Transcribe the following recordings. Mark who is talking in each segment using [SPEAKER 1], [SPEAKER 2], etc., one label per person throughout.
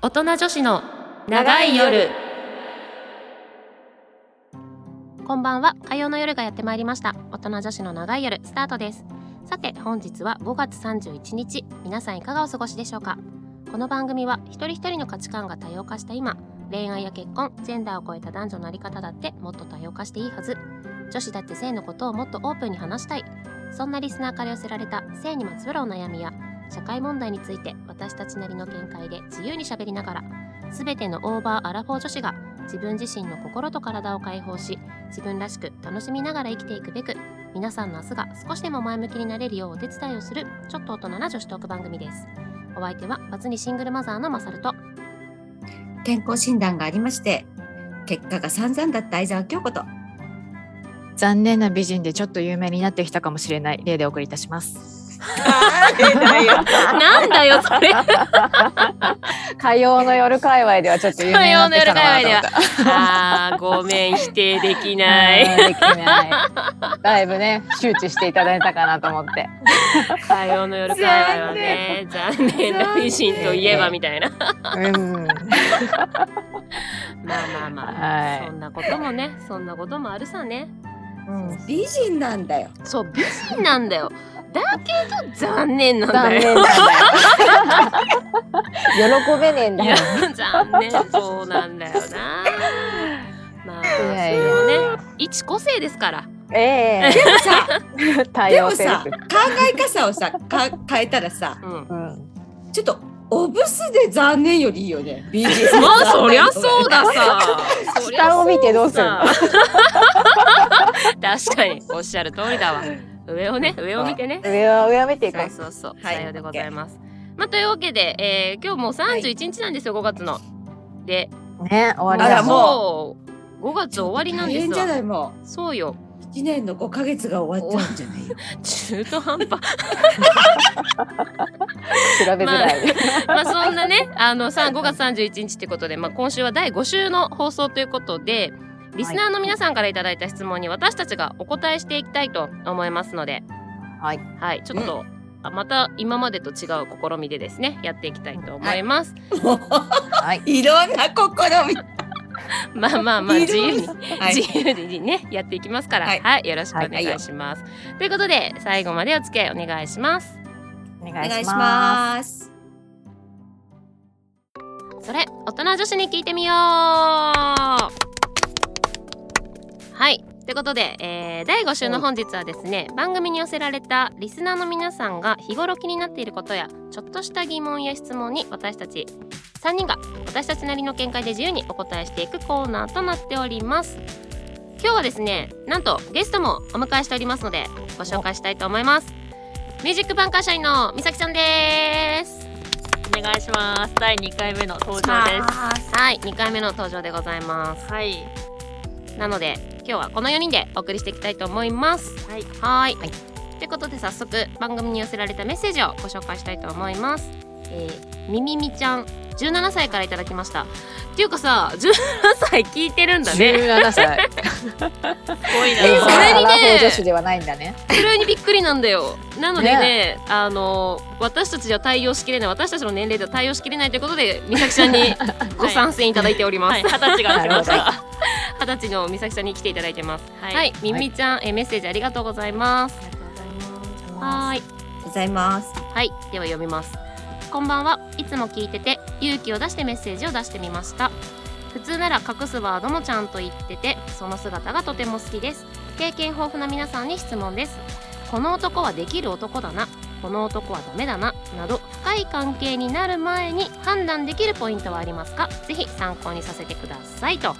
[SPEAKER 1] 大人女子の長い夜こんばんは火曜の夜がやってまいりました大人女子の長い夜スタートですさて本日は5月31日皆さんいかがお過ごしでしょうかこの番組は一人一人の価値観が多様化した今恋愛や結婚ジェンダーを超えた男女のあり方だってもっと多様化していいはず女子だって性のことをもっとオープンに話したいそんなリスナーから寄せられた性にまつわるお悩みや社会問題について私たちなりの見解で自由にしゃべりながら全てのオーバーアラフォー女子が自分自身の心と体を解放し自分らしく楽しみながら生きていくべく皆さんの明日が少しでも前向きになれるようお手伝いをするちょっと大人な女子トーク番組ですお相手はバツにシングルマザーのマサルと
[SPEAKER 2] 健康診断がありまして結果が散々だった相沢京子と
[SPEAKER 3] 残念な美人でちょっと有名になってきたかもしれない例でお送りいたします。
[SPEAKER 1] なんだよそ れ
[SPEAKER 3] 火曜の夜界隈ではちょっと有名になってき たのかなと思った。
[SPEAKER 1] あーごめん否定でき ない
[SPEAKER 3] うんできない。だいぶね周知していただいたかなと思って。
[SPEAKER 1] 火曜の夜会話はね残念な美人といえばみたいな
[SPEAKER 3] うん。
[SPEAKER 1] まあまあまあ、
[SPEAKER 3] はい
[SPEAKER 1] そんなこともねそんなこともあるさね
[SPEAKER 3] うん
[SPEAKER 2] 美人なんだよ
[SPEAKER 1] そう美人なんだよだけど残念なん
[SPEAKER 3] 残
[SPEAKER 1] だよ
[SPEAKER 3] 念なんだよ。喜べねえん
[SPEAKER 1] い
[SPEAKER 3] だ
[SPEAKER 1] や
[SPEAKER 3] よ。
[SPEAKER 1] 残念そうなんだよなまあそ
[SPEAKER 3] いやいや
[SPEAKER 1] れもね一個性ですから
[SPEAKER 3] え
[SPEAKER 2] でも さ
[SPEAKER 3] え。多
[SPEAKER 2] でも
[SPEAKER 3] 様性
[SPEAKER 2] さ
[SPEAKER 3] で
[SPEAKER 2] 考え方をさか変えたらさ
[SPEAKER 1] うん
[SPEAKER 3] す。うん。
[SPEAKER 2] ちょっとオブスで残念よりいいよね美 人
[SPEAKER 1] まあそりゃそうださそりゃ
[SPEAKER 3] 下
[SPEAKER 1] そ
[SPEAKER 3] を見てどう
[SPEAKER 1] う
[SPEAKER 3] するの
[SPEAKER 1] さ 確かにおっしゃる通りだわ上をね上を見てね
[SPEAKER 3] 上を上を見ていこ
[SPEAKER 1] そう
[SPEAKER 3] う。
[SPEAKER 1] そうそう、
[SPEAKER 2] はい
[SPEAKER 1] さようでございます。まあ、というわけで、えー、今日もう三十一日なんですよ、五、月の。で、
[SPEAKER 3] ね終わり
[SPEAKER 2] あ
[SPEAKER 3] だ
[SPEAKER 2] らも
[SPEAKER 1] う
[SPEAKER 2] う
[SPEAKER 1] 五月終わりなんで
[SPEAKER 2] 大変
[SPEAKER 1] す
[SPEAKER 2] じゃ
[SPEAKER 1] わ。
[SPEAKER 2] ないも
[SPEAKER 1] そうよ、
[SPEAKER 2] う一年の五ヶ月が終わっちゃうんじゃ ないよ
[SPEAKER 1] 中途半 端。
[SPEAKER 3] 調べづらい。
[SPEAKER 1] まあそんなね、あの三五月三十一日ってことで、まあ今週は第五週の放送ということで、リスナーの皆さんからいただいた質問に私たちがお答えしていきたいと思いますので、
[SPEAKER 3] はい。
[SPEAKER 1] はい、ちょっと、あまた今までと違う試みでですね、やっていきたいと思います。
[SPEAKER 2] もう
[SPEAKER 3] はい。
[SPEAKER 2] いろんな試み
[SPEAKER 1] まあまあまあ
[SPEAKER 2] いろ
[SPEAKER 1] 自
[SPEAKER 2] いろ
[SPEAKER 1] 由に
[SPEAKER 2] はい
[SPEAKER 1] 自由にねやっていきますから、は、
[SPEAKER 2] はいい
[SPEAKER 1] よろしくお願
[SPEAKER 2] はい
[SPEAKER 1] いします。ということで最後までお付き合いお願いします。
[SPEAKER 3] お
[SPEAKER 2] お
[SPEAKER 3] 願
[SPEAKER 2] 願
[SPEAKER 3] い
[SPEAKER 2] い
[SPEAKER 3] し
[SPEAKER 2] し
[SPEAKER 3] ま
[SPEAKER 2] ます
[SPEAKER 1] それ大人女子に聞いてみよう。はい。ということで、えー第5週の本日はですね、番組に寄せられたリスナーの皆さんが日頃気になっていることやちょっとした疑問や質問に私たち3人が私たちなりの見解で自由にお答えしていくコーナーとなっております。今日はですね、なんとゲストもお迎えしておりますのでご紹介したいと思います。ミュージックバンカー社員のみさきちゃんです。
[SPEAKER 4] お願いします。第2回目の登場です。
[SPEAKER 1] はい、2回目の登場でございます。
[SPEAKER 4] はい、
[SPEAKER 1] なので今日はこの4人でお送りしていきたいと思います。
[SPEAKER 4] はい、
[SPEAKER 1] はーい。ということで早速番組に寄せられたメッセージをご紹介したいと思います。えー、みみみちゃん17歳からいただきました。っていうかさ17歳聞いてるんだね。
[SPEAKER 3] 17歳。
[SPEAKER 4] す
[SPEAKER 1] えそ
[SPEAKER 3] そ
[SPEAKER 4] ごいな。
[SPEAKER 1] れにね
[SPEAKER 3] アラフォー女子ではないんだね。
[SPEAKER 1] それにびっくりなんだよ。なのでね
[SPEAKER 3] ね
[SPEAKER 1] あの私たちじゃ対応しきれない私たちの年齢では対応しきれないということで美咲ちゃ んにご参戦いただいております。
[SPEAKER 4] はい、二十歳が来ました。 は
[SPEAKER 1] 二十歳の美咲ちゃんに来ていただいてます。はい、
[SPEAKER 4] い、
[SPEAKER 1] みみちゃん、えメッセージありがとうございます。はーい。
[SPEAKER 2] ございます
[SPEAKER 1] はい、では読みます。こんばんは。いつも聞いてて、勇気を出してメッセージを出してみました。普通なら隠すワードもちゃんと言ってて、その姿がとても好きです。経験豊富な皆さんに質問です。この男はできる男だな。この男はダメだな。など、深い関係になる前に判断できるポイントはありますかぜひ参考にさせてください。と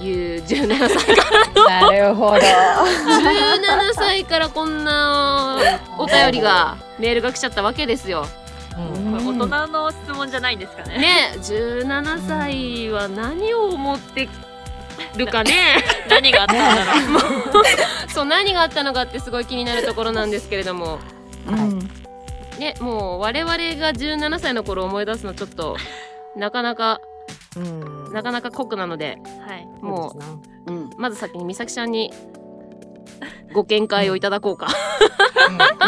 [SPEAKER 1] いう17歳
[SPEAKER 3] なるほど。
[SPEAKER 1] 17歳からこんなお便りがメールが来ちゃったわけですよ。
[SPEAKER 3] うん。
[SPEAKER 4] これ大人の質問じゃないんですかね。
[SPEAKER 1] ね17歳は何を思ってるか ね
[SPEAKER 4] 何があったんだろう。
[SPEAKER 1] そう何があったのかってすごい気になるところなんですけれども
[SPEAKER 2] うん
[SPEAKER 1] ねもう我々が17歳の頃思い出すのちょっとなかなか
[SPEAKER 3] うん
[SPEAKER 1] なかなか酷なので
[SPEAKER 4] はい、
[SPEAKER 1] もう
[SPEAKER 3] う。
[SPEAKER 2] うん
[SPEAKER 1] まず先に美咲ちゃんにご見解をいただこうか。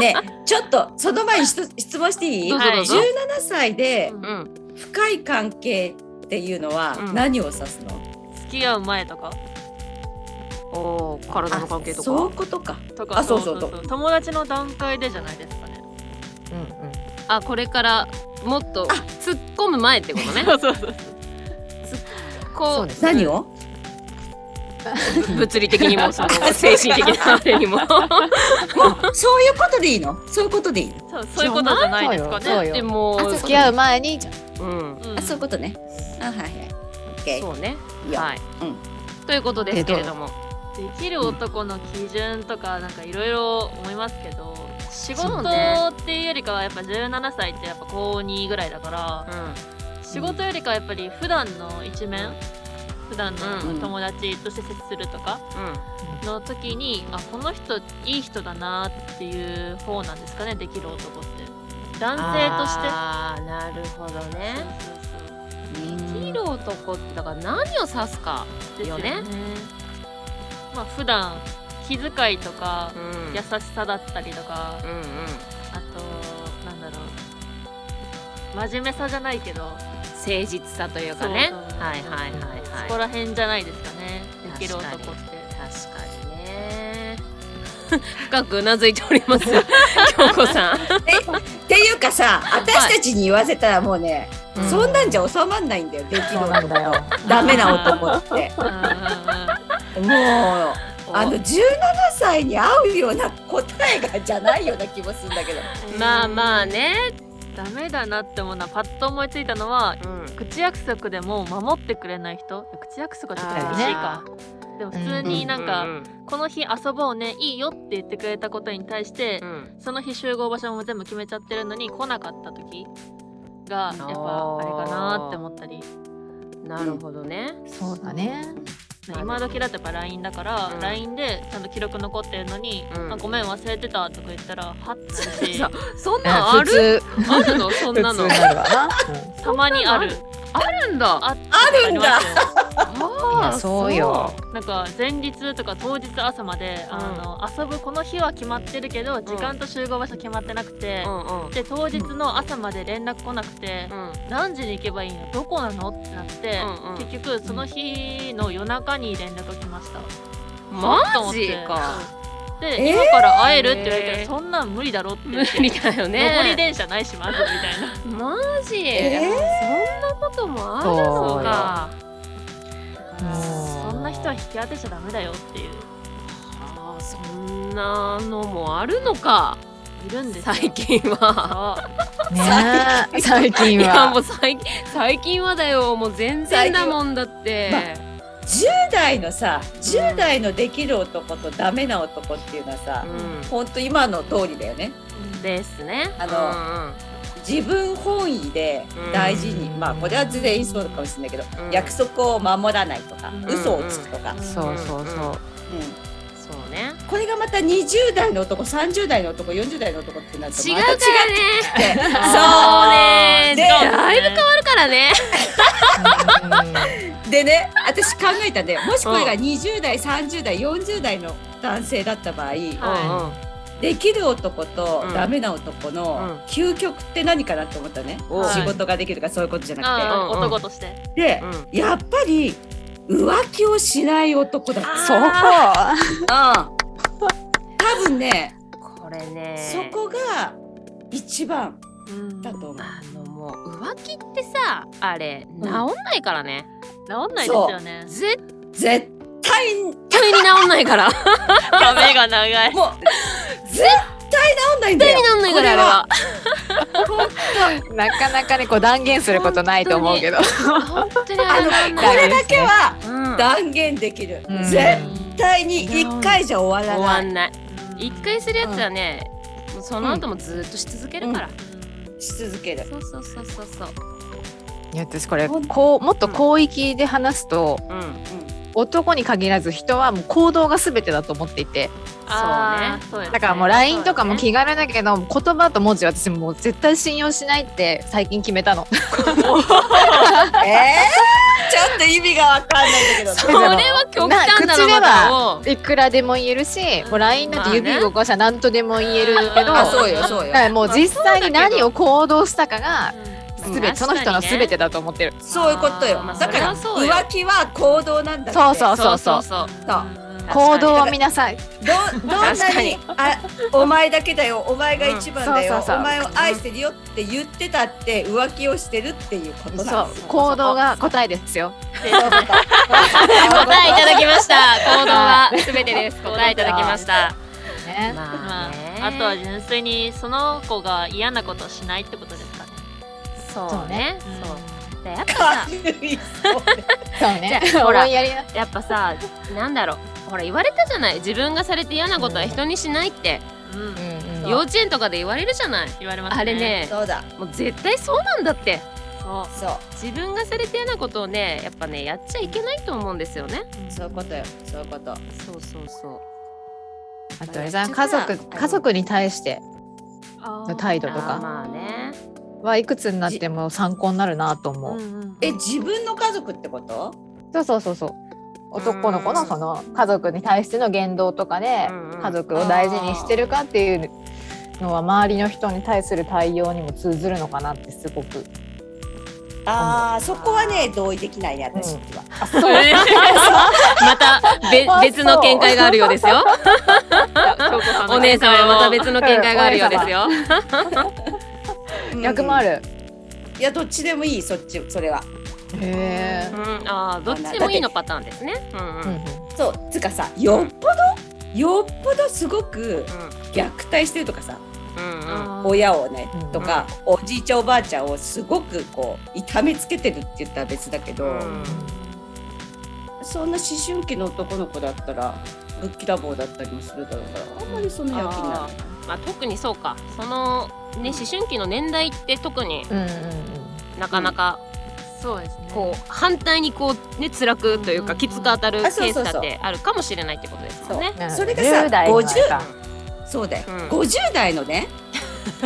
[SPEAKER 2] ねちょっとその前に一つ質問していい
[SPEAKER 1] どう
[SPEAKER 2] 17
[SPEAKER 1] ぞどうぞ
[SPEAKER 2] 歳で
[SPEAKER 1] うん、
[SPEAKER 2] 二深い関係っていうのは
[SPEAKER 1] うん
[SPEAKER 2] 何を指すの、
[SPEAKER 4] 付き合う前とか
[SPEAKER 1] おー体の関係とか
[SPEAKER 2] そういうことか
[SPEAKER 4] とか
[SPEAKER 2] あそうそう
[SPEAKER 4] 友達の段階でじゃないですかね
[SPEAKER 3] うんうん
[SPEAKER 1] あこれからもっと
[SPEAKER 2] あ
[SPEAKER 1] 突っ込む前ってことね
[SPEAKER 4] そうそうそう
[SPEAKER 1] こ
[SPEAKER 3] そううです
[SPEAKER 2] 何を
[SPEAKER 1] 物理的にもその精神的なあれにも
[SPEAKER 2] もうそういうことでいいのそういうことでいいの
[SPEAKER 4] そうそういうことじゃないですか
[SPEAKER 3] そう
[SPEAKER 4] ね
[SPEAKER 3] よ
[SPEAKER 1] でも
[SPEAKER 3] あ付き合う前にじゃ
[SPEAKER 1] うん
[SPEAKER 4] うん
[SPEAKER 2] あそういうことねあはいはいオッケ
[SPEAKER 1] そうね
[SPEAKER 2] ーいいよ
[SPEAKER 1] はい、
[SPEAKER 2] うん
[SPEAKER 1] ということですけれども
[SPEAKER 4] できる男の基準とかなんかいろいろ思いますけど仕
[SPEAKER 1] そ
[SPEAKER 4] 事
[SPEAKER 1] うね
[SPEAKER 4] っていうよりかはやっぱ17歳ってやっぱ高2ぐらいだから仕事よりかはやっぱり普段の一面普段
[SPEAKER 1] う
[SPEAKER 4] の
[SPEAKER 2] ん
[SPEAKER 4] 友達として接するとかの時にあこの人いい人だなっていう方なんですかねできる男って男性として
[SPEAKER 1] あーなるほどね
[SPEAKER 4] そうそう
[SPEAKER 1] 生きる男ってだから何を指すか、
[SPEAKER 4] そうですよ
[SPEAKER 1] よ
[SPEAKER 4] ねまあ普段気遣いとか
[SPEAKER 1] うん
[SPEAKER 4] 優しさだったりとか
[SPEAKER 1] うんうん
[SPEAKER 4] あとなんだろう真面目さじゃないけど
[SPEAKER 1] 誠実さというかね
[SPEAKER 4] そうそうそう
[SPEAKER 1] はいはいはい
[SPEAKER 4] そ
[SPEAKER 1] はい
[SPEAKER 4] こら辺じゃないですかね
[SPEAKER 1] 確かに
[SPEAKER 4] できる男って
[SPEAKER 1] 確かにね深くうなずいており ます京子さん
[SPEAKER 2] っていうかさ私たちに言わせたらもうね、
[SPEAKER 1] うん
[SPEAKER 2] そんなんじゃ収まんないんだよできる
[SPEAKER 3] そうなんだよ。
[SPEAKER 2] ダメな男って
[SPEAKER 4] うんうん
[SPEAKER 2] もうあ
[SPEAKER 4] うん
[SPEAKER 2] の17歳に合うような答えがじゃないような気もするんだけど
[SPEAKER 4] お
[SPEAKER 1] まあまあね、
[SPEAKER 4] ダメだなって思うのはパッと思いついたのは口約束でも守ってくれない人いや口約束はちょっと厳しいかでも普通になんか、
[SPEAKER 1] うん
[SPEAKER 4] この日遊ぼうねいいよって言ってくれたことに対して
[SPEAKER 1] う、ん
[SPEAKER 4] その日集合場所も全部決めちゃってるのに来なかった時がやっぱあれかなって思ったり
[SPEAKER 1] うんなるほどね、
[SPEAKER 3] そうだね。
[SPEAKER 1] なるほど
[SPEAKER 4] 今時だとやっぱ LINE だから、
[SPEAKER 1] うん
[SPEAKER 4] LINE でちゃんと記録残ってるのに、
[SPEAKER 1] うん
[SPEAKER 4] あごめん忘れてたとか言ったらはってなるし
[SPEAKER 1] さ そんなんあ
[SPEAKER 3] 普
[SPEAKER 1] る
[SPEAKER 3] 通
[SPEAKER 1] あるのそんなの
[SPEAKER 3] 普通になるわな。
[SPEAKER 4] たまにある
[SPEAKER 1] あるんだ
[SPEAKER 4] ああ
[SPEAKER 2] るんだ
[SPEAKER 3] うんい
[SPEAKER 1] あ
[SPEAKER 3] やそうよ。
[SPEAKER 4] なんか前日とか当日朝まで、
[SPEAKER 1] うん
[SPEAKER 4] あの遊ぶこの日は決まってるけど時間と集合場所決まってなくて
[SPEAKER 1] う、んうん
[SPEAKER 4] で当日の朝まで連絡来なくて、
[SPEAKER 1] うん
[SPEAKER 4] 何時に行けばいいのどこなのってなって、
[SPEAKER 1] うんうん
[SPEAKER 4] 結局その日の夜中に連絡来ました
[SPEAKER 1] マ
[SPEAKER 4] と思って
[SPEAKER 1] ジか
[SPEAKER 4] そうで、
[SPEAKER 2] えー
[SPEAKER 4] 今から会えるって言われた
[SPEAKER 1] えー
[SPEAKER 4] らそんなん無理だろって言
[SPEAKER 1] 無
[SPEAKER 4] って、
[SPEAKER 1] 理だよ
[SPEAKER 4] 残り
[SPEAKER 1] ね
[SPEAKER 4] 電車ないしますみた いな
[SPEAKER 1] マジ、
[SPEAKER 2] え
[SPEAKER 1] そんなこともある
[SPEAKER 3] そ
[SPEAKER 1] の
[SPEAKER 3] うよ。
[SPEAKER 1] か
[SPEAKER 3] もう
[SPEAKER 4] そんな人は引き当てちゃダメだよっていう
[SPEAKER 1] あーそんなのもあるのか
[SPEAKER 4] いるんですよ
[SPEAKER 1] 最近は
[SPEAKER 4] そう
[SPEAKER 3] ねえ最
[SPEAKER 1] い
[SPEAKER 3] 近
[SPEAKER 1] や
[SPEAKER 3] は。
[SPEAKER 1] もう最近最近はだよもう全然だもんだって、
[SPEAKER 2] 10代のさ10代のできる男とダメな男っていうのはさ、
[SPEAKER 1] う
[SPEAKER 2] ほんと今の通りだよね
[SPEAKER 1] ん、ですね
[SPEAKER 2] あ自分本位で大事に、
[SPEAKER 3] うん
[SPEAKER 2] まあこれは全員そうかもしれないけど、
[SPEAKER 1] うん
[SPEAKER 2] 約束を守らないとか、
[SPEAKER 4] うん
[SPEAKER 2] 嘘をつくとか、
[SPEAKER 4] うん
[SPEAKER 3] そうそうそう。
[SPEAKER 2] うん
[SPEAKER 1] そうね
[SPEAKER 2] これがまた20代の男30代の男40代の男ってなると
[SPEAKER 1] 違う
[SPEAKER 2] ま
[SPEAKER 1] か
[SPEAKER 2] た
[SPEAKER 1] ら
[SPEAKER 2] 違
[SPEAKER 1] ね
[SPEAKER 2] ってきて
[SPEAKER 1] そうね
[SPEAKER 2] で
[SPEAKER 1] だいぶ変わるからね
[SPEAKER 2] そうでね私考えたんでもしこれが20代30代40代の男性だった場合、
[SPEAKER 1] は
[SPEAKER 2] できる男と
[SPEAKER 1] うん
[SPEAKER 2] ダメな男
[SPEAKER 1] うん
[SPEAKER 2] の究極って何かなと思ったね、
[SPEAKER 1] お
[SPEAKER 2] 仕事ができるとかそういうことじゃな
[SPEAKER 1] あ
[SPEAKER 2] く
[SPEAKER 4] あ
[SPEAKER 1] うんうん
[SPEAKER 4] 男として
[SPEAKER 2] て、で、
[SPEAKER 1] うん
[SPEAKER 2] やっぱり浮気をしない男だっ
[SPEAKER 3] そこ。
[SPEAKER 2] た、うん、多分ね
[SPEAKER 1] これね
[SPEAKER 2] そこが一番
[SPEAKER 4] うん
[SPEAKER 2] だと思う。
[SPEAKER 1] あのもう浮気ってさあれ治んないからね、
[SPEAKER 4] 治んないですよね
[SPEAKER 1] 絶
[SPEAKER 2] 絶対に
[SPEAKER 1] 対に治んないから絶
[SPEAKER 4] ダメが長い
[SPEAKER 2] もう絶対治んないんだ
[SPEAKER 1] 対
[SPEAKER 2] よ
[SPEAKER 1] に。治んないからあれは
[SPEAKER 2] 本
[SPEAKER 3] なかなかねこう断言することないと思うけど。
[SPEAKER 1] 本当にあれ治ん
[SPEAKER 2] 当
[SPEAKER 1] な
[SPEAKER 2] こ
[SPEAKER 1] い
[SPEAKER 2] れだけは
[SPEAKER 1] うん終
[SPEAKER 2] 断言できる。
[SPEAKER 3] うん
[SPEAKER 2] 絶対に一回じゃ終わら
[SPEAKER 1] わ
[SPEAKER 2] ない。
[SPEAKER 1] んない一回するやつはね、もうその後もずっとし続けるから、
[SPEAKER 2] し続ける。
[SPEAKER 1] そうそうそうそうそう
[SPEAKER 3] いや私これこうもっと広域で話すと。
[SPEAKER 1] うん
[SPEAKER 3] 男に限らず人はもう行動が全てだと思っていて
[SPEAKER 4] あーそうね
[SPEAKER 3] だからもう LINE とかも
[SPEAKER 4] そうね
[SPEAKER 3] 気軽だけど言葉と文字は私もう絶対信用しないって最近決めたの
[SPEAKER 2] えー、ちょっと意味がわかんないんだけど。
[SPEAKER 1] それは極端だろ
[SPEAKER 3] な口ではいいくらでも言えるしもう LINE だって指動かしたら何とでも言えるけど、
[SPEAKER 2] あそうよそうよ
[SPEAKER 3] だからもう実際に何を行動したかが
[SPEAKER 4] うん
[SPEAKER 3] すべてその人のすべてだと思ってる。
[SPEAKER 2] そういうことよ
[SPEAKER 4] あーまあ
[SPEAKER 2] だから
[SPEAKER 4] そりゃそうよ
[SPEAKER 2] 浮気は行動なんだって
[SPEAKER 3] そうそう
[SPEAKER 4] そう
[SPEAKER 2] そう
[SPEAKER 3] 行動
[SPEAKER 4] は
[SPEAKER 3] を皆さん
[SPEAKER 2] どどん な
[SPEAKER 4] 確か
[SPEAKER 2] に
[SPEAKER 4] に
[SPEAKER 2] あお前だけだよお前が一番だよ、
[SPEAKER 3] うんそうそうそう
[SPEAKER 2] お前を愛してるよって言ってたって浮気をしてるっていうこと
[SPEAKER 3] そ
[SPEAKER 2] だ
[SPEAKER 3] う行動が答えですよ。
[SPEAKER 2] そ ういうこと
[SPEAKER 1] 答えいただきました行動はすべてです答えいただきました
[SPEAKER 3] ね。
[SPEAKER 1] ま
[SPEAKER 4] ま
[SPEAKER 1] あね
[SPEAKER 4] あ、あとは純粋にその子が嫌なことをしないってことですかね。
[SPEAKER 1] そうね
[SPEAKER 4] うん
[SPEAKER 1] そうでやっぱさ
[SPEAKER 2] 軽いそうね
[SPEAKER 3] そう
[SPEAKER 1] ね
[SPEAKER 3] ね。
[SPEAKER 1] ほ
[SPEAKER 3] ほ
[SPEAKER 1] ら
[SPEAKER 3] らやりな。
[SPEAKER 1] やっぱさなんだろうほら言われたじゃない自分がされて嫌なことは人にしないって、
[SPEAKER 4] うん
[SPEAKER 3] うん
[SPEAKER 1] 幼稚園とかで言われるじゃない
[SPEAKER 4] 言われますね。
[SPEAKER 1] あれ。ね
[SPEAKER 2] そうだ
[SPEAKER 1] もう絶対そうなんだって
[SPEAKER 4] そ
[SPEAKER 2] そう
[SPEAKER 1] 自分がされて嫌なことをねやっぱねやっちゃいけないと思うんですよね
[SPEAKER 4] う。
[SPEAKER 2] そういうことよそういうこと
[SPEAKER 1] そうそうそう
[SPEAKER 3] あとあれじゃん家族家族に対して
[SPEAKER 4] あー
[SPEAKER 3] の態
[SPEAKER 1] あ
[SPEAKER 3] 度と
[SPEAKER 1] ー
[SPEAKER 3] か
[SPEAKER 1] まあね
[SPEAKER 3] はいくつになっても参考になるなと思う。
[SPEAKER 4] うんうん
[SPEAKER 2] え自分の家族ってこと
[SPEAKER 3] そうそうそうそう。男の子のその家族に対しての言動とかで
[SPEAKER 1] うんうん
[SPEAKER 3] 家族を大事にしてるかっていうのは周りの人に対する対応にも通ずるのかなってすごく。
[SPEAKER 2] ああそこはね同意できないね私は、
[SPEAKER 1] またべ
[SPEAKER 3] あそう
[SPEAKER 1] 別の見解があるようですよ お姉さんはまた別の見解があるようですよ
[SPEAKER 2] うん
[SPEAKER 3] 逆もある。
[SPEAKER 2] いやどっちでもいいそっちそれは
[SPEAKER 3] へえ
[SPEAKER 1] う。んあーどっちでもいいのパターンですねうんうん
[SPEAKER 3] う
[SPEAKER 1] うん
[SPEAKER 3] ん
[SPEAKER 2] そうつかさよっぽどよっぽどすごく虐待してるとかさ
[SPEAKER 1] うんうん
[SPEAKER 2] 親をね
[SPEAKER 3] うん
[SPEAKER 2] とか、おじいちゃんおばあちゃんをすごくこう痛めつけてるって言ったら別だけど、
[SPEAKER 1] うん
[SPEAKER 2] そんな思春期の男の子だったらぶっきらぼうだったりもするだろうからあんまりそのや気にならない。
[SPEAKER 1] まあ特にそうかそのね思春期の年代って特に
[SPEAKER 3] うんうん
[SPEAKER 1] なかなか
[SPEAKER 4] そうですね。
[SPEAKER 1] こう反対にこうね辛くというか
[SPEAKER 4] うん
[SPEAKER 1] きつく当たるケ
[SPEAKER 2] あそう
[SPEAKER 1] ー
[SPEAKER 2] そ
[SPEAKER 1] ス
[SPEAKER 2] うそう
[SPEAKER 1] だってあるかもしれないってことですもんね。
[SPEAKER 3] うん。
[SPEAKER 2] それがさ
[SPEAKER 3] 10代の間
[SPEAKER 1] 50
[SPEAKER 2] そうだよ、
[SPEAKER 1] うん
[SPEAKER 2] 50代のね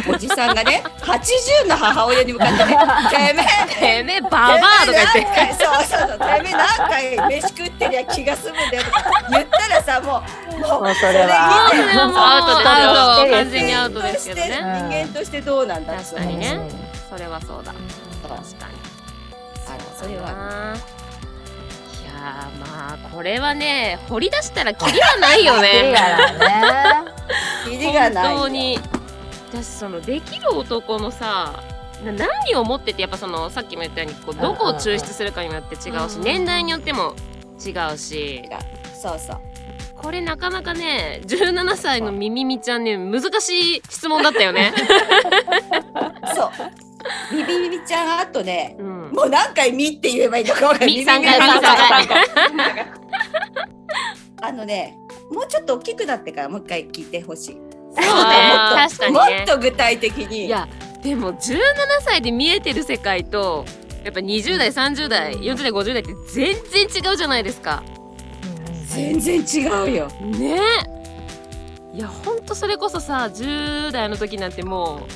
[SPEAKER 2] おじさんがね 80の母親に向かってね「てめえ
[SPEAKER 1] てめえババアとか言って。
[SPEAKER 2] てめえ何回そうそうそうてめえ何回飯食ってりゃ気が済むんだよ」とか言ったらさもうもう
[SPEAKER 3] もうそれは
[SPEAKER 1] あー それはもうアウ
[SPEAKER 3] アウ
[SPEAKER 1] ト
[SPEAKER 3] ト
[SPEAKER 1] 完
[SPEAKER 3] 完
[SPEAKER 1] 全
[SPEAKER 3] 全
[SPEAKER 1] に
[SPEAKER 3] に
[SPEAKER 1] アウトですけどね。
[SPEAKER 2] 人間としてどうなんだ
[SPEAKER 1] 確かにね
[SPEAKER 3] うん
[SPEAKER 1] それはそうだ。確かに。
[SPEAKER 2] あるそれはある
[SPEAKER 1] な。いやーまあこれはね掘り出したらキリがないよ
[SPEAKER 3] キリ
[SPEAKER 1] ね。
[SPEAKER 3] がないね。
[SPEAKER 2] キリが
[SPEAKER 1] 本
[SPEAKER 2] ないよ
[SPEAKER 1] 当に。私そのできる男のさ。な何を持っててやっぱそのさっきも言ったようにこうどこを抽出するかによって違うし
[SPEAKER 4] うんうん
[SPEAKER 1] 年代によっても違うし
[SPEAKER 2] そうそう
[SPEAKER 1] これなかなかね17歳のみみみちゃんね難しい質問だったよね。
[SPEAKER 2] そうビビビビちゃんあとね
[SPEAKER 1] うん、
[SPEAKER 2] もう何回「み」って言えばいいのか分かんない
[SPEAKER 1] み三
[SPEAKER 2] ビビビ
[SPEAKER 1] 回三回
[SPEAKER 2] あのねもうちょっと大きくなってからもう一回聞いてほ
[SPEAKER 1] そ
[SPEAKER 2] しい
[SPEAKER 1] うね確かに
[SPEAKER 2] も
[SPEAKER 1] ね
[SPEAKER 2] っ。と具体的に
[SPEAKER 1] いやでも17歳で見えてる世界とやっぱ20代30代40代50代って全然違うじゃないですか。
[SPEAKER 2] 全然違うよ
[SPEAKER 1] ねえいやほんとそれこそさ10代の時なんても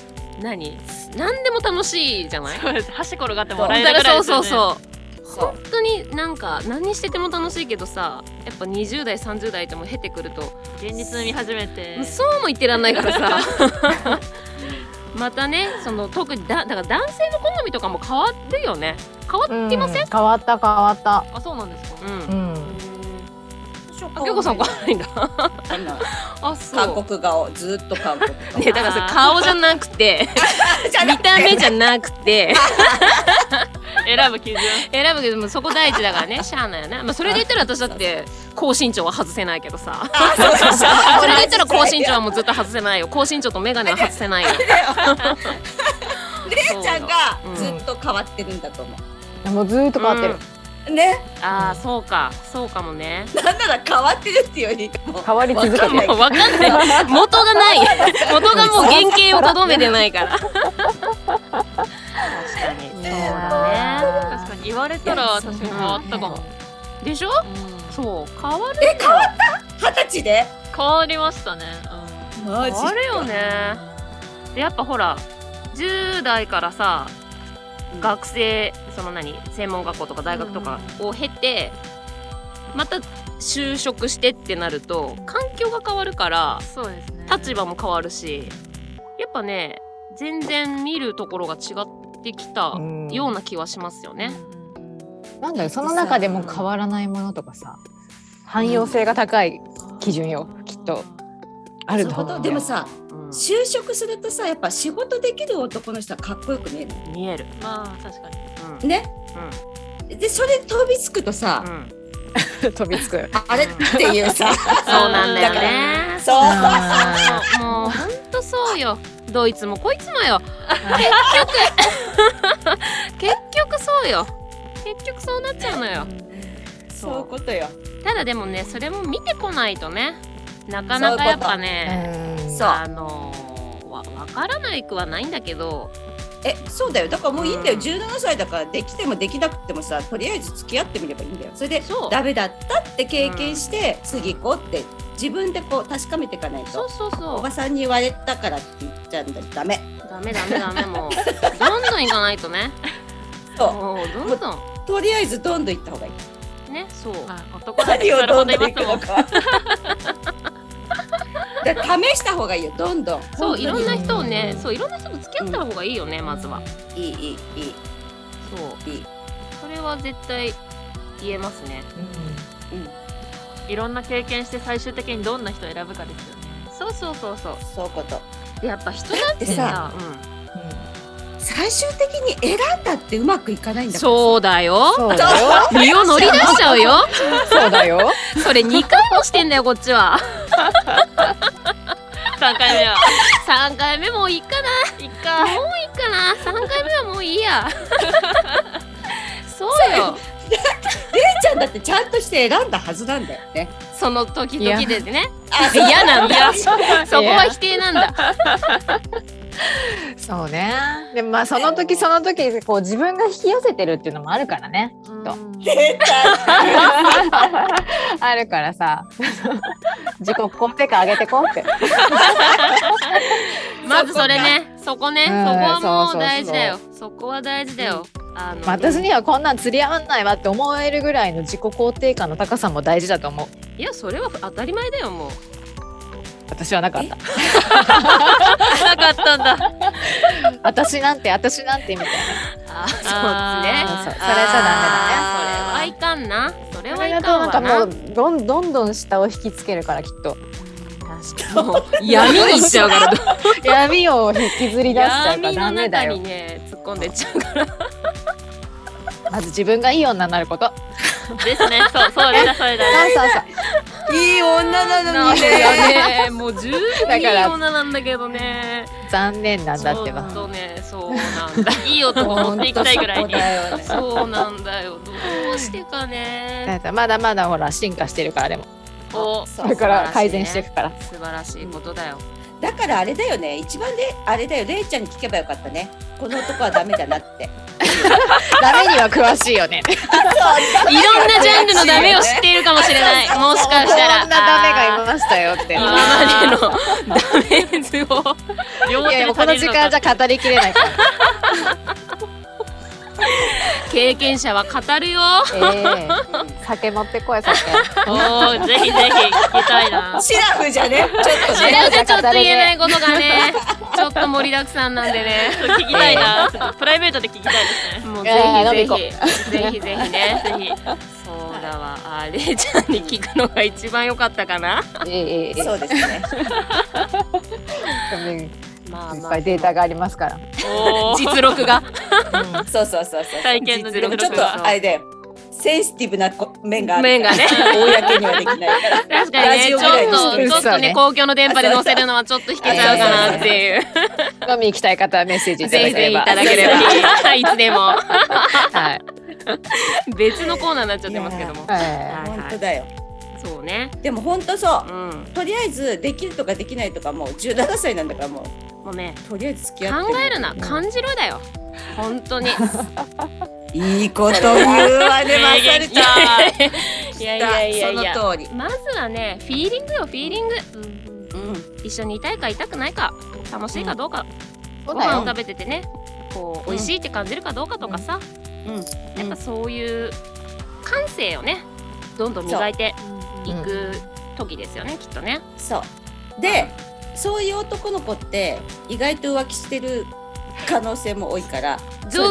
[SPEAKER 1] う何何でも楽しいじゃない
[SPEAKER 4] そうです。箸転がっても
[SPEAKER 1] だ
[SPEAKER 4] らえ
[SPEAKER 1] か
[SPEAKER 4] る
[SPEAKER 1] ら
[SPEAKER 4] ぐらい
[SPEAKER 1] そ
[SPEAKER 4] で
[SPEAKER 1] う
[SPEAKER 4] すよ
[SPEAKER 1] そうそ
[SPEAKER 4] ね。
[SPEAKER 1] う。
[SPEAKER 2] そう
[SPEAKER 1] 本当になんか何してても楽しいけどさやっぱ20代30代とも経てくると
[SPEAKER 4] 現実見始めて。
[SPEAKER 1] そうも言ってらんないからさ またねその特にだだから男性の好みとかも変わるよね変わってません、
[SPEAKER 3] うん変わった変わった。
[SPEAKER 4] あ、そうなんですか。
[SPEAKER 1] うん
[SPEAKER 3] う
[SPEAKER 1] あ
[SPEAKER 3] ん。
[SPEAKER 1] 京子さん変わらないんだあ
[SPEAKER 2] 韓
[SPEAKER 1] そう
[SPEAKER 2] 国顔ずっと韓国顔
[SPEAKER 1] ねだからそれ顔じゃなくて 見た目じゃなくて
[SPEAKER 4] 選ぶ基準。
[SPEAKER 1] 選ぶけどもうそこ第一だから ねしゃあないよね、まあ、それで言ったら私だって高身長は外せないけどさ
[SPEAKER 2] あそうそうそう
[SPEAKER 1] それで言ったら高身長はもうずっと外せないよ高身長と眼鏡は外せない よ
[SPEAKER 2] レイちゃんが
[SPEAKER 1] うん
[SPEAKER 2] ずっと変わってるんだと思
[SPEAKER 3] もうずーっと変わってる。
[SPEAKER 2] うね
[SPEAKER 1] ああそうかそうかもね
[SPEAKER 2] なんなら変わってるっていうよりもう
[SPEAKER 3] 変わり続けてる
[SPEAKER 2] わかんな い
[SPEAKER 1] もう分かんない元が ない元がもう原型をとどめてないから確かにそうだ
[SPEAKER 4] 確かに言われたら、確かに変わったかも。
[SPEAKER 1] ねでしょそう変わる
[SPEAKER 2] え変わった二十歳で
[SPEAKER 4] 変わりましたね。
[SPEAKER 2] マ
[SPEAKER 1] 変わるよねでやっぱほら10代からさ学生その何専門学校とか大学とかを経て、また就職してってなると環境が変わるから
[SPEAKER 4] そうですね。
[SPEAKER 1] 立場も変わるしやっぱね全然見るところが違っ
[SPEAKER 4] ってきた
[SPEAKER 3] うん
[SPEAKER 4] ような気はしますよね。
[SPEAKER 3] なんだよその中でも変わらないものとかさ汎用性が高い基準よきっとあると
[SPEAKER 2] そう
[SPEAKER 3] 思う
[SPEAKER 2] いうこと
[SPEAKER 3] んだ
[SPEAKER 2] で
[SPEAKER 3] よ
[SPEAKER 2] もさ
[SPEAKER 1] うん
[SPEAKER 2] 就職するとさやっぱ仕事できる男の人はかっこよく見える
[SPEAKER 1] 見える。
[SPEAKER 4] まあ確かに。
[SPEAKER 1] うん
[SPEAKER 2] ねでそれ飛びつくとさ、
[SPEAKER 1] うんうん
[SPEAKER 3] 飛びつく
[SPEAKER 2] ああれっていうさ
[SPEAKER 1] そうなんだよ
[SPEAKER 2] だか
[SPEAKER 1] ね。
[SPEAKER 2] そう
[SPEAKER 3] あ
[SPEAKER 4] あ
[SPEAKER 1] もう本当そうよ。どいつもこいつもよ。結局そうよ。結局そうなっちゃうのよ。
[SPEAKER 2] そういうことよ
[SPEAKER 1] ただでもね、それも見てこないとね、なかなかやっぱね、
[SPEAKER 3] ーうん
[SPEAKER 2] そう
[SPEAKER 1] あのーわわからないくはないんだけど、
[SPEAKER 2] えそうだよだからもういいんだよ、
[SPEAKER 1] うん
[SPEAKER 2] 17歳だからできてもできなくてもさとりあえず付き合ってみればいいんだよそれで
[SPEAKER 1] そう
[SPEAKER 2] ダメだったって経験して、次行こうって自分でこう確かめていかない
[SPEAKER 1] そう
[SPEAKER 2] と
[SPEAKER 1] そう
[SPEAKER 2] お
[SPEAKER 1] そ
[SPEAKER 2] ばさんに言われたからって言っちゃうんだダメ
[SPEAKER 1] う、ダメダメダメ もう、どんどん行かないとね、
[SPEAKER 2] そ
[SPEAKER 1] もうどんどん
[SPEAKER 2] うとりあえずどんどん行った方がいい
[SPEAKER 1] ね、そう。
[SPEAKER 4] まあ男だっ
[SPEAKER 2] 何
[SPEAKER 4] てそ
[SPEAKER 2] を
[SPEAKER 4] れほ
[SPEAKER 2] どん
[SPEAKER 4] どい
[SPEAKER 2] ど
[SPEAKER 4] ま
[SPEAKER 2] ん行
[SPEAKER 4] す
[SPEAKER 2] く
[SPEAKER 4] も
[SPEAKER 2] の
[SPEAKER 4] ん。
[SPEAKER 2] か だから試した方がいいよどんどん
[SPEAKER 1] そういろんな人をね
[SPEAKER 3] う、ん
[SPEAKER 1] そういろんな人と付き合った方がいいよね、まずは。
[SPEAKER 2] いいいいいい
[SPEAKER 1] そう。
[SPEAKER 2] いい
[SPEAKER 1] それは絶対言えますね。
[SPEAKER 2] うん
[SPEAKER 4] いろんな経験して最終的にどんな人を選ぶかですよね。
[SPEAKER 1] そうそうそうそう。
[SPEAKER 2] そういうこと
[SPEAKER 1] でやっぱ人だってさ、う
[SPEAKER 2] 最終的に選んだってうまくいかないん
[SPEAKER 1] ん、
[SPEAKER 2] だからさ
[SPEAKER 1] そうだよ。
[SPEAKER 3] そうだよ
[SPEAKER 1] 身を乗り出しちゃうよ。
[SPEAKER 3] そうだよ
[SPEAKER 1] それ2回もしてんだよこっちは。
[SPEAKER 4] 三回目は。
[SPEAKER 1] 3回目もういいかな。
[SPEAKER 4] い
[SPEAKER 1] い
[SPEAKER 4] っか。
[SPEAKER 1] いかな。3回目はもういいや。そうよ。
[SPEAKER 2] ちゃんだってちゃんとして選んだはずなんだよ ね。
[SPEAKER 1] その時々でね。
[SPEAKER 2] あ
[SPEAKER 1] 嫌なんだ。そこ
[SPEAKER 3] い
[SPEAKER 1] は
[SPEAKER 3] や
[SPEAKER 1] 否定なんだ。
[SPEAKER 3] そうねでもまあその時その時こう自分が引き寄せてるっていうのもあるからねと あるからさ自己肯定感上げてこうって
[SPEAKER 1] まずそれね。そこね。
[SPEAKER 3] う
[SPEAKER 1] そこ
[SPEAKER 3] ん
[SPEAKER 1] は
[SPEAKER 3] そうそう
[SPEAKER 1] も
[SPEAKER 3] そう
[SPEAKER 1] う大事だよ。そこは大事だよ。あの
[SPEAKER 3] まあ私にはこんなん釣り合わないわって思えるぐらいの自己肯定感の高さも大事だと思う
[SPEAKER 1] いやそれは当たり前だよもう。
[SPEAKER 3] 私はなかった
[SPEAKER 4] なかったんだ。
[SPEAKER 3] 私なんて私なんてみたい
[SPEAKER 1] あそうです
[SPEAKER 3] な
[SPEAKER 1] ね。
[SPEAKER 4] あ
[SPEAKER 3] そ
[SPEAKER 4] ー
[SPEAKER 3] うそ
[SPEAKER 1] それ
[SPEAKER 3] れじゃ
[SPEAKER 1] はいかんな。それ
[SPEAKER 3] ダメだねそ
[SPEAKER 1] は
[SPEAKER 3] れ
[SPEAKER 1] い
[SPEAKER 3] だ
[SPEAKER 1] か
[SPEAKER 3] と
[SPEAKER 1] ん
[SPEAKER 3] なん
[SPEAKER 1] わな。
[SPEAKER 3] かもうどんどんどん下を引きつけるからきっと
[SPEAKER 1] 確かにもう闇に行っちゃうから。
[SPEAKER 3] 闇を引きずり出しちゃうから
[SPEAKER 1] 闇
[SPEAKER 3] ダ
[SPEAKER 1] の
[SPEAKER 3] メだ
[SPEAKER 1] 中
[SPEAKER 3] よ
[SPEAKER 1] にね突っ込んでっちゃうか
[SPEAKER 3] まず自分がいい女になること
[SPEAKER 4] ですね。そう、それだ、それ だ。
[SPEAKER 3] そうそうそう
[SPEAKER 2] いい女
[SPEAKER 1] ら。
[SPEAKER 2] なのにね。
[SPEAKER 1] ねもう十分
[SPEAKER 3] だ
[SPEAKER 1] いい
[SPEAKER 3] から
[SPEAKER 1] 女なんだけどね。
[SPEAKER 3] 残念なん
[SPEAKER 1] ち
[SPEAKER 3] だって
[SPEAKER 1] ょ
[SPEAKER 3] ば
[SPEAKER 1] っとねそうなん だ。いい男
[SPEAKER 2] ほ
[SPEAKER 1] 持
[SPEAKER 2] ん
[SPEAKER 1] ってい
[SPEAKER 2] と
[SPEAKER 1] きたい
[SPEAKER 2] そ
[SPEAKER 1] ぐ
[SPEAKER 2] こ
[SPEAKER 1] らいに。
[SPEAKER 2] だよね。
[SPEAKER 1] そうなんだよ。どうしてか
[SPEAKER 3] だ
[SPEAKER 1] ね。
[SPEAKER 3] からまだまだほら進化してるからでも
[SPEAKER 1] お
[SPEAKER 2] そ
[SPEAKER 3] こ
[SPEAKER 2] う
[SPEAKER 3] れから改善していくから
[SPEAKER 1] 素晴らしいことだよ。
[SPEAKER 2] だからあれだよね。一番であれだよ。れいちゃんに聞けばよかったね。この男はダメだな って。
[SPEAKER 3] ダメには詳しいよ ね
[SPEAKER 1] いろんなジャンルのダメを知っているかもしれない。もしか
[SPEAKER 3] こん
[SPEAKER 1] したら。
[SPEAKER 3] なダメがいましたよって
[SPEAKER 4] あ
[SPEAKER 1] 今までのダメ図を
[SPEAKER 4] 両
[SPEAKER 3] いやい
[SPEAKER 4] 手
[SPEAKER 3] やも
[SPEAKER 4] で
[SPEAKER 3] うこの時間じゃ語りきれないから
[SPEAKER 1] 経験者は語るよ。
[SPEAKER 3] ええ酒持ってこい酒。
[SPEAKER 4] おお、ぜひぜひ聞きたいな。
[SPEAKER 2] シラフじゃね。ちょっと
[SPEAKER 1] それ
[SPEAKER 2] ね。
[SPEAKER 1] はちょっと言えないことがね、ちょっと盛りだくさんなんでね。
[SPEAKER 4] 聞きたいな。プライベートで聞きたいですね。
[SPEAKER 1] もうぜ
[SPEAKER 3] いやいや
[SPEAKER 1] ひぜ
[SPEAKER 3] 飲
[SPEAKER 1] ひ、ぜひぜひ ね。
[SPEAKER 4] ぜひ。
[SPEAKER 1] そうだわ、あれいちゃんに聞くのが一番良かったかな。
[SPEAKER 3] ええええ
[SPEAKER 2] そうですね。
[SPEAKER 3] ええ。い
[SPEAKER 1] まあ
[SPEAKER 3] っぱいデータがありますから。
[SPEAKER 4] おお。
[SPEAKER 1] 実録が。
[SPEAKER 2] そうそうそうそう。
[SPEAKER 4] 体験の
[SPEAKER 2] でも
[SPEAKER 4] 実
[SPEAKER 2] ちょっ
[SPEAKER 4] 力
[SPEAKER 2] とあ
[SPEAKER 4] が
[SPEAKER 2] れだよ。センシティブなこ面がある
[SPEAKER 1] 面がね
[SPEAKER 2] 公にはできないから。
[SPEAKER 1] 確かにね、ちょ
[SPEAKER 2] ラ
[SPEAKER 1] っ
[SPEAKER 2] ジオぐらいに
[SPEAKER 1] と、
[SPEAKER 2] して
[SPEAKER 3] る
[SPEAKER 1] ちょっとね、公共の電波で載せるのはちょっと引けちゃうかなっていう。
[SPEAKER 3] 飲み行きたい方はメッセージいた
[SPEAKER 1] ぜ
[SPEAKER 3] だ
[SPEAKER 1] ひ
[SPEAKER 3] け
[SPEAKER 1] ぜ
[SPEAKER 3] れ
[SPEAKER 1] ひい
[SPEAKER 3] ば。
[SPEAKER 1] ただければ、 いつでも。
[SPEAKER 3] はい。
[SPEAKER 1] 別のコーナーになっちゃってますけども。
[SPEAKER 3] え
[SPEAKER 1] はいはい
[SPEAKER 2] 本当だよ。
[SPEAKER 1] そうね。
[SPEAKER 2] でも本当そうう。
[SPEAKER 1] ん。
[SPEAKER 2] とりあえずできるとかできないとかもう17歳なんだからもう
[SPEAKER 1] もうね、
[SPEAKER 2] とりあえず付き合って
[SPEAKER 1] 考えるな、感じろだよ。本当に。
[SPEAKER 2] いいこと言うわねまさるちゃん。
[SPEAKER 4] いやいやいやいや。
[SPEAKER 2] その通り。
[SPEAKER 1] まずはね、フィーリングよ、フィーリング。
[SPEAKER 4] うん
[SPEAKER 2] う
[SPEAKER 1] 一緒にいたいかいたくないか、楽しいかどうか、
[SPEAKER 3] そ
[SPEAKER 1] ご
[SPEAKER 3] うだ
[SPEAKER 1] 飯を
[SPEAKER 3] よ。
[SPEAKER 1] 食べててね、こう、
[SPEAKER 2] うん
[SPEAKER 1] 美味しいって感じるかどうかとかさ、
[SPEAKER 2] んうん。
[SPEAKER 1] やっぱそういう感性をね、どんどん磨いていく時ですよね、きっとね。
[SPEAKER 2] そう。で、そういう男の子って意外と浮気してる可能性も多いから、そ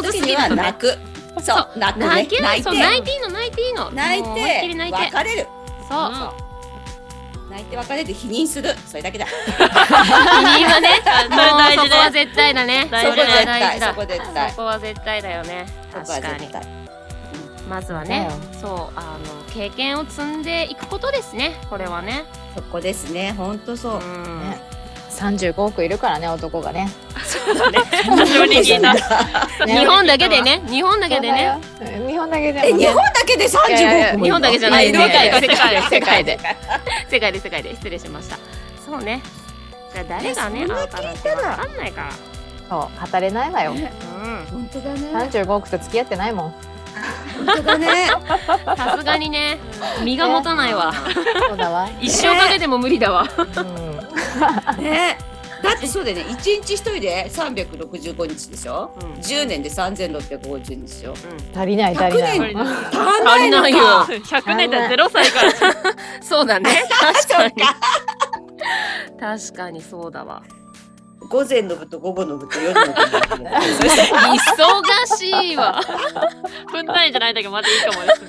[SPEAKER 1] 上
[SPEAKER 2] ういう
[SPEAKER 1] 手
[SPEAKER 2] 時
[SPEAKER 1] すぎ
[SPEAKER 2] には
[SPEAKER 1] るの
[SPEAKER 2] 泣
[SPEAKER 1] ね
[SPEAKER 2] く。そう、泣く
[SPEAKER 1] 泣
[SPEAKER 2] ね
[SPEAKER 1] け。る
[SPEAKER 2] 泣い
[SPEAKER 1] そう泣い
[SPEAKER 2] て。
[SPEAKER 1] ていいの泣いていいの
[SPEAKER 2] 泣い
[SPEAKER 1] もう思いっきり
[SPEAKER 2] て。
[SPEAKER 1] 泣いて
[SPEAKER 2] 別れる。
[SPEAKER 1] そう、
[SPEAKER 4] うん
[SPEAKER 2] 泣いて別れる。否認する。それだけだ。
[SPEAKER 1] 否認はねもう
[SPEAKER 4] それ大
[SPEAKER 1] そ
[SPEAKER 4] 事
[SPEAKER 1] こは
[SPEAKER 4] だよ
[SPEAKER 1] 絶対だね
[SPEAKER 4] 大
[SPEAKER 2] そこ
[SPEAKER 4] 事だ
[SPEAKER 1] それは大
[SPEAKER 2] 絶
[SPEAKER 1] 事
[SPEAKER 2] 対。
[SPEAKER 1] だ
[SPEAKER 2] そこ絶対。
[SPEAKER 1] そ
[SPEAKER 2] そ
[SPEAKER 1] こは絶対だよね
[SPEAKER 2] こは
[SPEAKER 1] 確かに
[SPEAKER 2] 絶対。
[SPEAKER 1] まずはねそうあの経験を積んでいくことですねこれはね
[SPEAKER 2] そこですね。本当そうう。
[SPEAKER 1] ん
[SPEAKER 3] ね35億いるからね男がね
[SPEAKER 4] 料理 人だ。
[SPEAKER 1] 日本だけでね日本だけでね
[SPEAKER 3] そうだよ日本だけで
[SPEAKER 2] え、
[SPEAKER 3] も
[SPEAKER 2] 日本だけで三
[SPEAKER 3] いやいや
[SPEAKER 2] 十
[SPEAKER 3] いや
[SPEAKER 2] 五億。
[SPEAKER 1] 日本だけじゃない
[SPEAKER 3] 世界
[SPEAKER 1] 世界
[SPEAKER 3] 世界で
[SPEAKER 1] 世界で世界で失礼しましたそうねじゃあ誰がね
[SPEAKER 2] いや
[SPEAKER 1] 会うかなんて分かんないから
[SPEAKER 3] そう語れないわよ
[SPEAKER 1] うん
[SPEAKER 2] 本当だね。
[SPEAKER 3] 35億と付き合ってないもん
[SPEAKER 2] 本当だね。
[SPEAKER 1] さすがにね身が持たないわ
[SPEAKER 3] そうだわ
[SPEAKER 1] 一生かけても無理だわ
[SPEAKER 3] うん
[SPEAKER 2] ね。だってそうだよね。一日一人で三百六十五日でしょ。
[SPEAKER 1] うん
[SPEAKER 2] 十年で三千六百五十日でしょ。
[SPEAKER 3] 足りない足りな
[SPEAKER 2] 100
[SPEAKER 3] い
[SPEAKER 2] 年足んないの
[SPEAKER 1] 足りないよ
[SPEAKER 2] か。
[SPEAKER 4] 100年代0歳から
[SPEAKER 1] そうだ ね確
[SPEAKER 2] そ
[SPEAKER 1] か
[SPEAKER 2] う
[SPEAKER 1] に
[SPEAKER 2] か。
[SPEAKER 1] 確かにそうだわ
[SPEAKER 2] 午前の部と午後の部と夜の部になってるんだけど。そして
[SPEAKER 1] 忙しいわ
[SPEAKER 4] 分単位じゃないだけまだいいかもですね。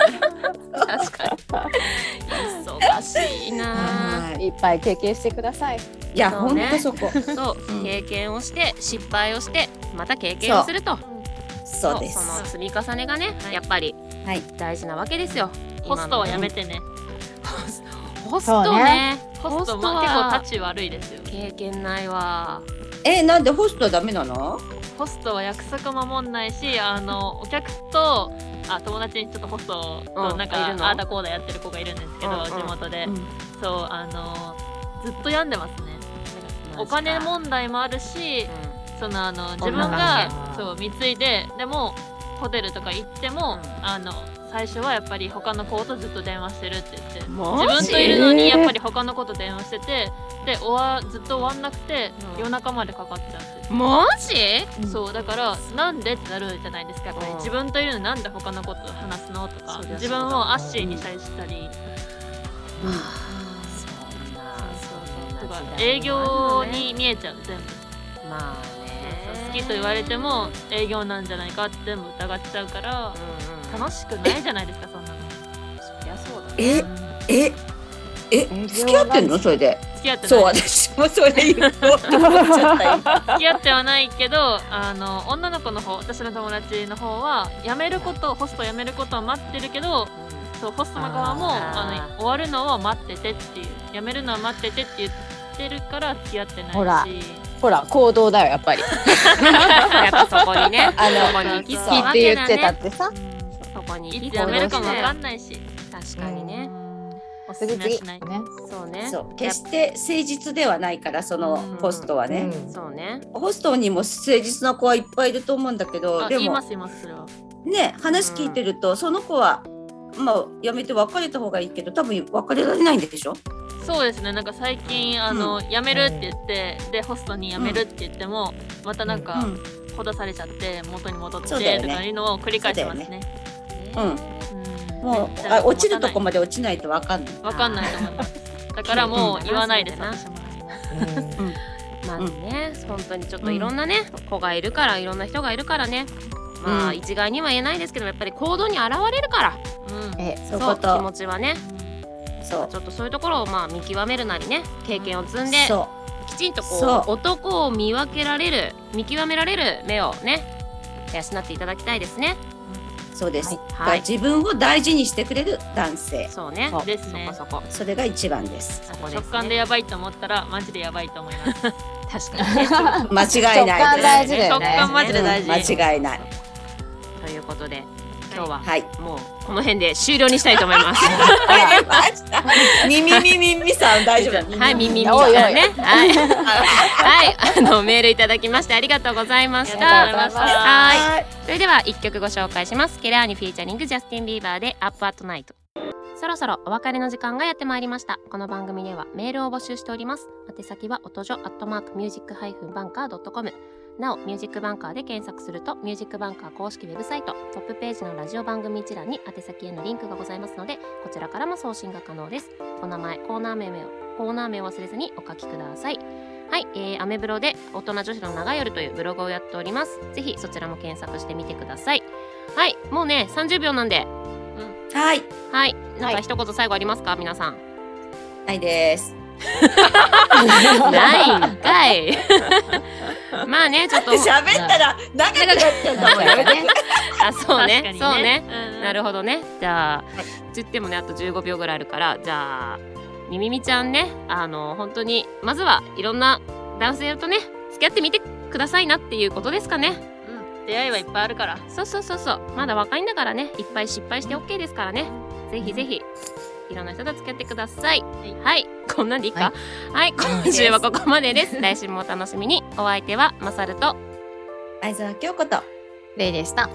[SPEAKER 1] 確かに忙しいな
[SPEAKER 2] はい
[SPEAKER 3] いっぱい経験してください
[SPEAKER 2] いや、
[SPEAKER 1] そう
[SPEAKER 2] 本
[SPEAKER 1] ね
[SPEAKER 2] 当そこ。
[SPEAKER 1] そう、
[SPEAKER 3] うん
[SPEAKER 1] 経験をして失敗をしてまた経験をすると
[SPEAKER 2] そうです。
[SPEAKER 1] の積み重ねがね、
[SPEAKER 4] はい
[SPEAKER 1] やっぱり
[SPEAKER 2] はい
[SPEAKER 1] 大事なわけですよ
[SPEAKER 4] ホストはやめ
[SPEAKER 1] て
[SPEAKER 4] てね。
[SPEAKER 1] ホストね
[SPEAKER 4] ホ
[SPEAKER 1] ホ
[SPEAKER 4] スト
[SPEAKER 1] スト
[SPEAKER 4] も結構
[SPEAKER 1] は
[SPEAKER 4] タッチ悪いですよ。
[SPEAKER 1] 経験ないわ
[SPEAKER 2] え、なんでホストはダメなの？
[SPEAKER 4] ホストは約束守んないし、あのお客とあ友達にちょっとホスト
[SPEAKER 1] う
[SPEAKER 4] の
[SPEAKER 1] ん
[SPEAKER 4] なん
[SPEAKER 1] い
[SPEAKER 4] か
[SPEAKER 1] るの
[SPEAKER 4] あーだこうだやってる子がいるんですけど、
[SPEAKER 1] うんうん
[SPEAKER 4] 地元で、
[SPEAKER 2] うん
[SPEAKER 4] そうあのずっと病んでますね。お金
[SPEAKER 1] うん
[SPEAKER 4] 問題もあるし、そのあの自分
[SPEAKER 1] 女
[SPEAKER 4] が
[SPEAKER 3] 関係
[SPEAKER 4] そう貢いででもホテルとか行っても、
[SPEAKER 1] うん
[SPEAKER 4] あの最初はやっぱり他の子とずっと電話してるって言って自
[SPEAKER 1] マ
[SPEAKER 4] 分
[SPEAKER 1] ジ
[SPEAKER 4] といるのにやっぱり他の子と電話しててで終わずっと終わんなくて、
[SPEAKER 1] うん
[SPEAKER 4] 夜中までかかっちゃって。
[SPEAKER 1] マジ
[SPEAKER 4] そうだからなんでってなるじゃないですかやっぱり
[SPEAKER 1] うん
[SPEAKER 4] 自分といるのになんで他の子と話すのと
[SPEAKER 1] そり
[SPEAKER 4] か
[SPEAKER 1] ゃそうだ
[SPEAKER 4] 自分をアッシーにしたりしたり
[SPEAKER 1] そうなそんな時代も
[SPEAKER 4] そうそうとか
[SPEAKER 1] あるのね
[SPEAKER 4] 営業に見えちゃう全部
[SPEAKER 1] まあ
[SPEAKER 4] そう
[SPEAKER 1] ね
[SPEAKER 4] そう好きと言われても営業なんじゃないかって全部疑っちゃうから
[SPEAKER 1] うんうん
[SPEAKER 4] 楽しくないじゃないですかそんなの
[SPEAKER 1] そりゃそうだね
[SPEAKER 2] え
[SPEAKER 4] う、ん
[SPEAKER 2] え、え、付き合ってんのそれで？
[SPEAKER 4] 付き合って
[SPEAKER 2] そう、
[SPEAKER 4] ない
[SPEAKER 2] 私もそれ言おう と思っちゃった今。
[SPEAKER 4] 付き合ってはないけどあの女の子の方私の友達の方は辞めることホスト辞めることを待ってるけどそうホストの側もあ
[SPEAKER 1] あー
[SPEAKER 4] の終わるのを待っててっていう辞めるのは待っててって言ってるから付き合ってないし
[SPEAKER 3] ほらほら行動だよやっぱり好
[SPEAKER 1] やっぱそこ にね
[SPEAKER 2] あの
[SPEAKER 1] そこに行き着
[SPEAKER 3] き
[SPEAKER 1] く
[SPEAKER 3] っ
[SPEAKER 1] わ
[SPEAKER 3] て
[SPEAKER 1] け
[SPEAKER 3] 言
[SPEAKER 1] だ
[SPEAKER 3] ってた
[SPEAKER 1] ね
[SPEAKER 3] ってさ
[SPEAKER 1] そこに行
[SPEAKER 4] い
[SPEAKER 1] き
[SPEAKER 4] つ
[SPEAKER 1] 着
[SPEAKER 4] 辞
[SPEAKER 1] く
[SPEAKER 4] めるかもわか
[SPEAKER 1] わ
[SPEAKER 4] んないし
[SPEAKER 1] けだ確かにねおすす
[SPEAKER 3] 次
[SPEAKER 1] めは
[SPEAKER 3] 次
[SPEAKER 1] しない
[SPEAKER 3] ね
[SPEAKER 1] そうね
[SPEAKER 2] そう、決して誠実ではないからそのホストはね。
[SPEAKER 3] うん
[SPEAKER 1] そうね
[SPEAKER 2] ホストにも誠実な子はいっぱいいると思うんだけど、
[SPEAKER 4] あ
[SPEAKER 2] で
[SPEAKER 4] 言い
[SPEAKER 2] も
[SPEAKER 4] ます言いますそれは
[SPEAKER 2] ね、話聞いてるとその子は。まあ、やめて別れた方がいいけど多分別れられないんでしょ
[SPEAKER 4] そうですねなんか最近あの、辞めるって言ってでホストに辞めるって言ってもまたなんか
[SPEAKER 2] うん
[SPEAKER 4] ほだされちゃって元に戻ってと
[SPEAKER 2] そうだよね
[SPEAKER 4] かいうのを繰り返してますね
[SPEAKER 2] うん
[SPEAKER 4] うん
[SPEAKER 2] もうあ落ちるとこまで落ちないとわかんない
[SPEAKER 4] わかんないと思いますだからもう言わないです
[SPEAKER 1] うん
[SPEAKER 4] 私も
[SPEAKER 3] うん
[SPEAKER 1] まあね本当にちょっといろんなね子がいるからいろんな人がいるからねまあ
[SPEAKER 2] うん
[SPEAKER 1] 一概には言えないですけどやっぱり行動に現れるから
[SPEAKER 4] うん
[SPEAKER 3] え
[SPEAKER 2] そ
[SPEAKER 1] そ
[SPEAKER 2] ういうこ
[SPEAKER 1] う気
[SPEAKER 2] と
[SPEAKER 1] 持ちはね
[SPEAKER 2] そう
[SPEAKER 1] ちょっとそういうところをまあ見極めるなりね経験を積んで
[SPEAKER 2] そう
[SPEAKER 1] きちんと
[SPEAKER 2] そ
[SPEAKER 1] こう
[SPEAKER 2] う
[SPEAKER 1] 男を見分けられる見極められる目をね養っていただきたいですね
[SPEAKER 2] そうです、
[SPEAKER 1] はい
[SPEAKER 2] だから自分を大事にしてくれる男性
[SPEAKER 1] そうね
[SPEAKER 3] そう
[SPEAKER 4] ですね
[SPEAKER 1] そこ
[SPEAKER 2] それが一番です
[SPEAKER 1] そこそこですね
[SPEAKER 4] 直感でやばいと思ったらマジでやばい と思います
[SPEAKER 1] 確かにね
[SPEAKER 2] 間違い
[SPEAKER 3] 直感
[SPEAKER 2] ない
[SPEAKER 3] 大事だよね
[SPEAKER 4] 直感マジで大事、
[SPEAKER 2] うん間違いない
[SPEAKER 1] ということで今日は
[SPEAKER 2] はい
[SPEAKER 1] もうこの辺で終了にしたいと思います
[SPEAKER 2] わかりました耳耳耳さん大丈夫
[SPEAKER 1] はい、みみみさん
[SPEAKER 3] おいおい
[SPEAKER 1] ね。はい、はい、あのメールいただきましてありがとうございまし
[SPEAKER 4] あり
[SPEAKER 1] た。
[SPEAKER 4] がとうございました
[SPEAKER 1] はい、それでは一曲ご紹介します。ケラーニフィーチャリングジャスティンビーバーでアップアットナイト。そろそろお別れの時間がやってまいりました。この番組ではメールを募集しております。宛先は音女アットマークミュージックハイフンバンカードットコム。なお、ミュージックバンカーで検索すると、ミュージックバンカー公式ウェブサイト、トップページのラジオ番組一覧に宛先へのリンクがございますので、こちらからも送信が可能です。お名前、コーナー名を、コーナー名を忘れずにお書きください。はい、えーアメブロで大人女子の長い夜というブログをやっております。ぜひそちらも検索してみてください。はい、もうね、30秒なんで、
[SPEAKER 2] はい。
[SPEAKER 1] はい、なん
[SPEAKER 3] は
[SPEAKER 1] か
[SPEAKER 3] い
[SPEAKER 1] 一言最後ありますか、皆さん。
[SPEAKER 2] ないです。
[SPEAKER 1] ないんかい。まあね、ちょっと
[SPEAKER 2] で、喋ったら長くなっちゃったもん
[SPEAKER 3] 長くなっ
[SPEAKER 2] ね
[SPEAKER 3] ち。
[SPEAKER 1] あ、そうね
[SPEAKER 4] 確かに
[SPEAKER 1] そうね。。
[SPEAKER 4] うん
[SPEAKER 1] なるほどね。じゃあ、つってもね、あと15秒ぐらいあるから、じゃあ、みみみちゃんね、あの、本当に、まずはいろんな男性とね、付き合ってみてくださいなっていうことですかね。
[SPEAKER 4] うん出会いはいっぱいあるから。
[SPEAKER 1] そうそうそうそうまだ若いんだからねいっぱい失敗して OK ですからねぜひぜひいろんな人と付き合ってくださいはい、こんなんでいいかはい、今週はここまでです来週もお楽しみにお相手はまさると
[SPEAKER 2] 相沢京子と。
[SPEAKER 3] レイでした